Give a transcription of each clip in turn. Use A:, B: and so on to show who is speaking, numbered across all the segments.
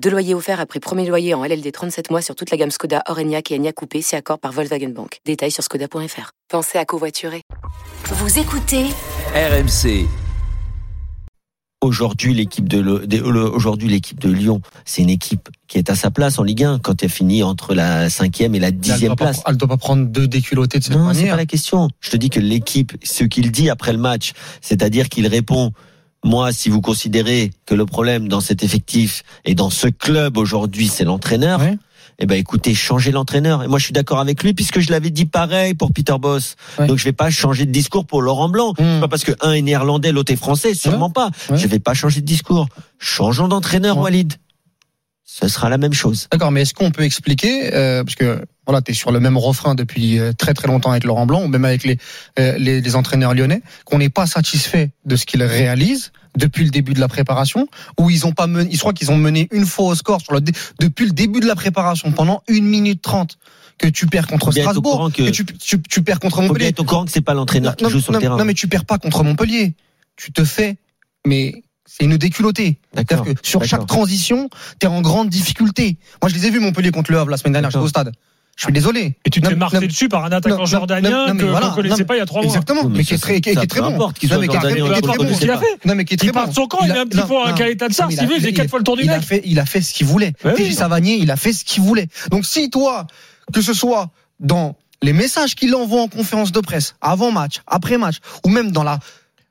A: Deux loyers offerts après premier loyer en LLD 37 mois sur toute la gamme Skoda, Orenia et Enya Coupé, si accord par Volkswagen Bank. Détails sur skoda.fr. Pensez à covoiturer.
B: Vous écoutez
C: RMC.
D: Aujourd'hui, l'équipe de, le- de- le- aujourd'hui, l'équipe de Lyon, c'est une équipe qui est à sa place en Ligue 1 quand elle finit entre la cinquième et la
E: Mais Elle
D: dixième
E: doit pas-
D: place.
E: elle doit pas prendre deux déculottés de cette
D: Non, c'est
E: manière.
D: pas la question. Je te dis que l'équipe, ce qu'il dit après le match, c'est-à-dire qu'il répond. Moi, si vous considérez que le problème dans cet effectif et dans ce club aujourd'hui, c'est l'entraîneur,
E: Ouais.
D: eh ben écoutez, changez l'entraîneur. Et moi, je suis d'accord avec lui puisque je l'avais dit pareil pour Peter Boss.
E: Ouais.
D: Donc, je vais pas changer de discours pour Laurent Blanc.
E: Hmm.
D: C'est Pas parce que un est néerlandais, l'autre est français, sûrement pas.
E: Ouais.
D: Je vais pas changer de discours. Changeons d'entraîneur,
E: Ouais.
D: Walid. Ce sera la même chose.
E: D'accord, mais est-ce qu'on peut expliquer, euh, parce que voilà, tu es sur le même refrain depuis euh, très très longtemps avec Laurent Blanc, ou même avec les, euh, les, les entraîneurs lyonnais, qu'on n'est pas satisfait de ce qu'ils réalisent depuis le début de la préparation, où ils ont pas mené, je crois qu'ils ont mené une fois au score sur le dé- depuis le début de la préparation, pendant une minute trente, que tu perds contre
D: Faut bien être au courant
E: Strasbourg,
D: que-
E: que tu, tu, tu perds contre
D: Faut bien
E: Montpellier.
D: être au courant que c'est pas l'entraîneur qui
E: non,
D: joue sur
E: non,
D: le terrain.
E: non, mais tu perds pas contre Montpellier. Tu te fais, mais c'est une déculottée.
D: D'accord.
E: C'est-à-dire que sur
D: D'accord.
E: chaque transition, t'es en grande difficulté. Moi, je les ai vus Montpellier contre Le Havre la semaine dernière, j'étais
D: D'accord.
E: au stade. Je suis désolé.
F: Et tu
E: Non,
F: t'es
E: mais-
F: marqué
E: non,
F: dessus par un attaquant
E: non, non,
F: jordanien
E: non, mais
F: que
E: voilà,
F: ne connaissait
E: non,
F: pas il y a trois mois.
E: Exactement,
D: Oui, mais
E: mais qui est
D: ça,
E: très, qui est-
D: ça,
E: qui est très
D: peu
E: bon.
D: importe qu'ils
E: Non,
D: soient
E: mais qui est
D: jordanais
E: très
D: ou
E: bon,
D: pas,
E: qui est
D: on le
E: très
D: sait
E: bon.
D: pas.
E: Non, mais qui est
F: Il
E: très
F: part
E: bon.
F: de son camp, il met un petit
E: non,
F: four à
E: non.
F: Kaeta Tsar,
E: Non, mais
F: s'il veut, il est quatre fois le tour du
E: il a
F: mec.
E: fait, il a fait ce qu'il voulait.
F: Ouais,
E: Teddy
F: oui.
E: Savanier, il a fait ce qu'il voulait. Donc si toi, que ce soit dans les messages qu'il envoie en conférence de presse, avant match, après match, ou même dans la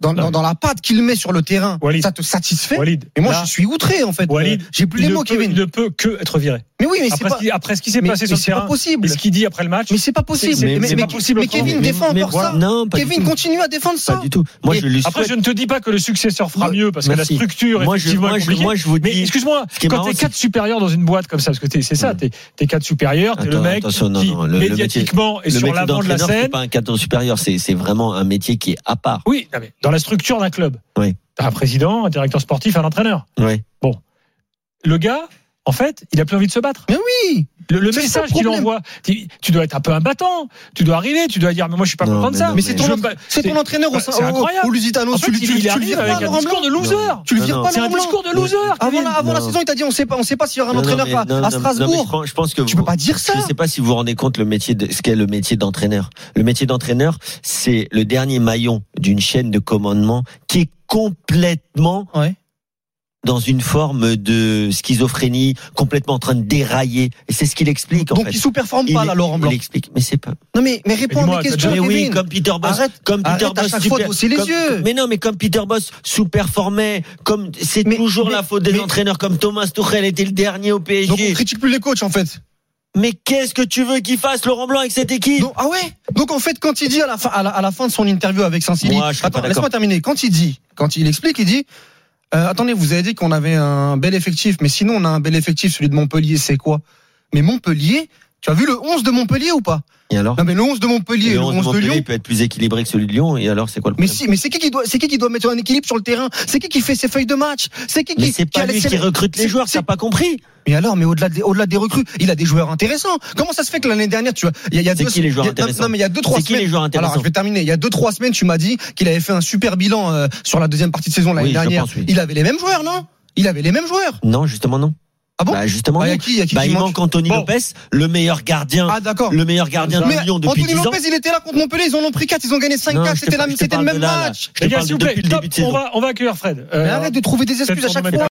E: dans,
F: Non,
E: dans,
F: mais-
E: dans la patte qu'il met sur le terrain,
F: Walid.
E: ça te satisfait
F: Walid.
E: Et moi,
F: Là,
E: je suis outré en fait.
F: Walid,
E: J'ai plus
F: il
E: les
F: ne
E: mots,
F: peut-
E: Kevin.
F: Il ne peut que être viré.
E: Mais oui, mais c'est
F: Après
E: pas.
F: ce qui- après ce qui s'est
E: mais-
F: passé
E: mais
F: sur le
E: c'est pas
F: terrain,
E: possible.
F: et ce qu'il dit après le match,
E: Mais c'est pas possible.
F: C'est-
D: c'est-
E: mais,
D: c'est
E: mais-
F: pas possible
E: mais
F: autrement.
E: Kevin
F: Mais-
E: défend
D: mais
E: encore
D: voilà.
E: ça.
D: Non, pas du
E: Kevin
D: tout.
E: continue à défendre
D: Pas
E: ça.
D: du tout. Moi, je lui
F: Après,
D: souhaite.
F: je ne te dis pas que le successeur fera
E: Euh,
D: Moi-
F: mieux parce que la
D: Merci.
F: structure,
D: Moi, je-
F: effectivement,
D: moi,
F: est
D: je-
F: compliquée.
D: moi, je vous
F: Mais
D: dis-
F: excuse-moi,
D: ce qui est
F: quand
D: marrant,
F: t'es
D: c'est-
F: cadre supérieur dans une boîte comme ça, parce que t'es- c'est ça, t'es t'es cadre supérieur, t'es le
D: Attends,
F: mec
D: attention, non,
F: qui,
D: non, le- le métier-
F: médiatiquement, est
D: le
F: sur
D: métier
F: l'avant de la
D: d'entraîneur, c'est
F: scène.
D: pas un cadre supérieur, c'est c'est vraiment un métier qui est à part.
F: Oui, non, mais dans la structure d'un club.
D: Oui.
F: T'as un président, un directeur sportif, un entraîneur.
D: Ouais.
F: Le gars, en fait, il a plus envie de se battre.
E: Mais oui.
F: Le, le
E: C'est ça le
F: message qu'il
E: problème.
F: envoie, tu, tu dois être un peu un battant, tu dois arriver, tu dois dire mais moi je suis pas
D: Non,
F: content de
D: mais
F: ça.
D: non,
E: Mais c'est
D: mais-
F: Je
E: ton,
F: me bats-
E: c'est ton
F: c'est-
E: entraîneur au,
F: bah, c'est
E: au,
F: incroyable.
E: au Lusitano.
F: En
E: tu
F: fait,
E: lui- tu-
F: il, il
E: tu le
F: arrive
E: vires
F: avec
E: pas,
F: un
E: Laurent
F: discours
E: Blanc
F: de loser.
E: Tu le
D: Non,
E: vires
D: non.
E: pas,
F: C'est un
E: Laurent Blanc.
F: discours de loser.
E: Avant
F: Kevin.
E: la, avant la
D: Non.
E: saison, il t'a dit on sait pas, on sait pas s'il y aura un
D: Non, non,
E: entraîneur
D: mais-
E: à-
D: non, non,
E: à
D: mais- non, mais je
E: Strasbourg.
D: pense- je pense que
E: Tu peux pas dire ça.
D: Je ne sais pas si vous vous rendez compte le métier de ce qu'est le métier d'entraîneur. Le métier d'entraîneur, c'est le dernier maillon d'une chaîne de commandement qui est complètement
E: Ouais.
D: dans une forme de schizophrénie, complètement en train de dérailler. Et c'est ce qu'il explique en
E: Donc
D: fait.
E: il sous-performe pas
D: Il-
E: là, Laurent
D: Il
E: Blanc.
D: explique, mais c'est pas.
E: Non mais mais réponds à
F: dis-moi,
E: mes
F: t'as
E: questions,
D: Mais oui,
E: Kevin.
D: comme Peter Boss.
E: Arrête-
D: comme Peter
E: arrête à
D: Boss
E: chaque fois de hausser les
D: comme-
E: yeux.
D: Mais non, mais comme Peter Boss sous-performait, comme c'est
E: Mais-
D: toujours
E: mais-
D: la faute des
E: mais-
D: entraîneurs, comme Thomas Tuchel était le dernier au PSG.
E: Donc on critique plus les coachs en fait.
D: Mais qu'est-ce que tu veux qu'il fasse Laurent Blanc avec cette équipe
E: Donc, ah ouais Donc en fait, quand il dit à la fin, à la, à la fin de son interview avec Saint-Cyr,
D: Moi, je suis pas
E: attends,
D: d'accord.
E: laisse-moi terminer. Quand il dit, quand il explique, il dit, euh, attendez, vous avez dit qu'on avait un bel effectif, mais sinon on a un bel effectif, celui de Montpellier, c'est quoi Mais Montpellier, tu as vu le 11 de Montpellier ou pas
D: Et alors
E: Non mais le 11 de Montpellier, Ah le 11,
D: de Montpellier
E: de Lyon.
D: peut être plus équilibré que celui de Lyon. Et alors, c'est quoi le
E: Mais
D: problème
E: si, mais c'est qui qui doit, c'est qui qui doit mettre un équilibre sur le terrain C'est qui qui fait ses feuilles de match C'est qui qui
D: Mais c'est
E: qui a
D: pas lui
E: laissé-
D: qui recrute les
E: c'est-
D: joueurs,
E: c'est-
D: t'as pas compris
E: Mais alors, mais au-delà des, au-delà des recrues, il a des joueurs intéressants. Comment ça se fait que l'année dernière, tu vois, il y a, il y a
D: C'est
E: deux,
D: qui les joueurs
E: il y a- non,
D: intéressants
E: Non, mais il y a deux, trois
D: C'est
E: semaines.
D: qui les joueurs
E: Alors,
D: intéressants
E: je vais terminer. Il y a deux, trois semaines, tu m'as dit qu'il avait fait un super bilan euh, sur la deuxième partie de saison l'année
D: Oui, je
E: dernière.
D: pense, oui.
E: Il avait les mêmes joueurs, non Il avait les mêmes joueurs.
D: Non, justement non.
E: Ah bon
D: Bah justement
E: Bah, y a
D: non.
E: qui, y a qui
D: Bah,
E: qui
D: il
E: manque
D: manque Anthony
E: Bon.
D: Lopez, le meilleur gardien,
E: Ah d'accord.
D: le meilleur gardien
E: Mais
D: de Lyon depuis
E: Anthony
D: 10 ans.
E: Lopez, il était là contre Montpellier, ils en ont pris 4, ils ont gagné
D: Non,
E: 5-4,
D: je te
E: c'était, la-
D: par- je te
E: c'était
D: parle
E: le même
D: de là, là.
E: match.
D: Je te
F: Les gars,
D: parle
F: s'il vous
D: depuis
F: plaît,
D: le
F: top,
D: début de
F: on
D: saison.
F: va, on va accueillir Fred. Euh,
E: Mais arrête de trouver des excuses à
F: Peut-être
E: chaque
F: qu'on
E: fois.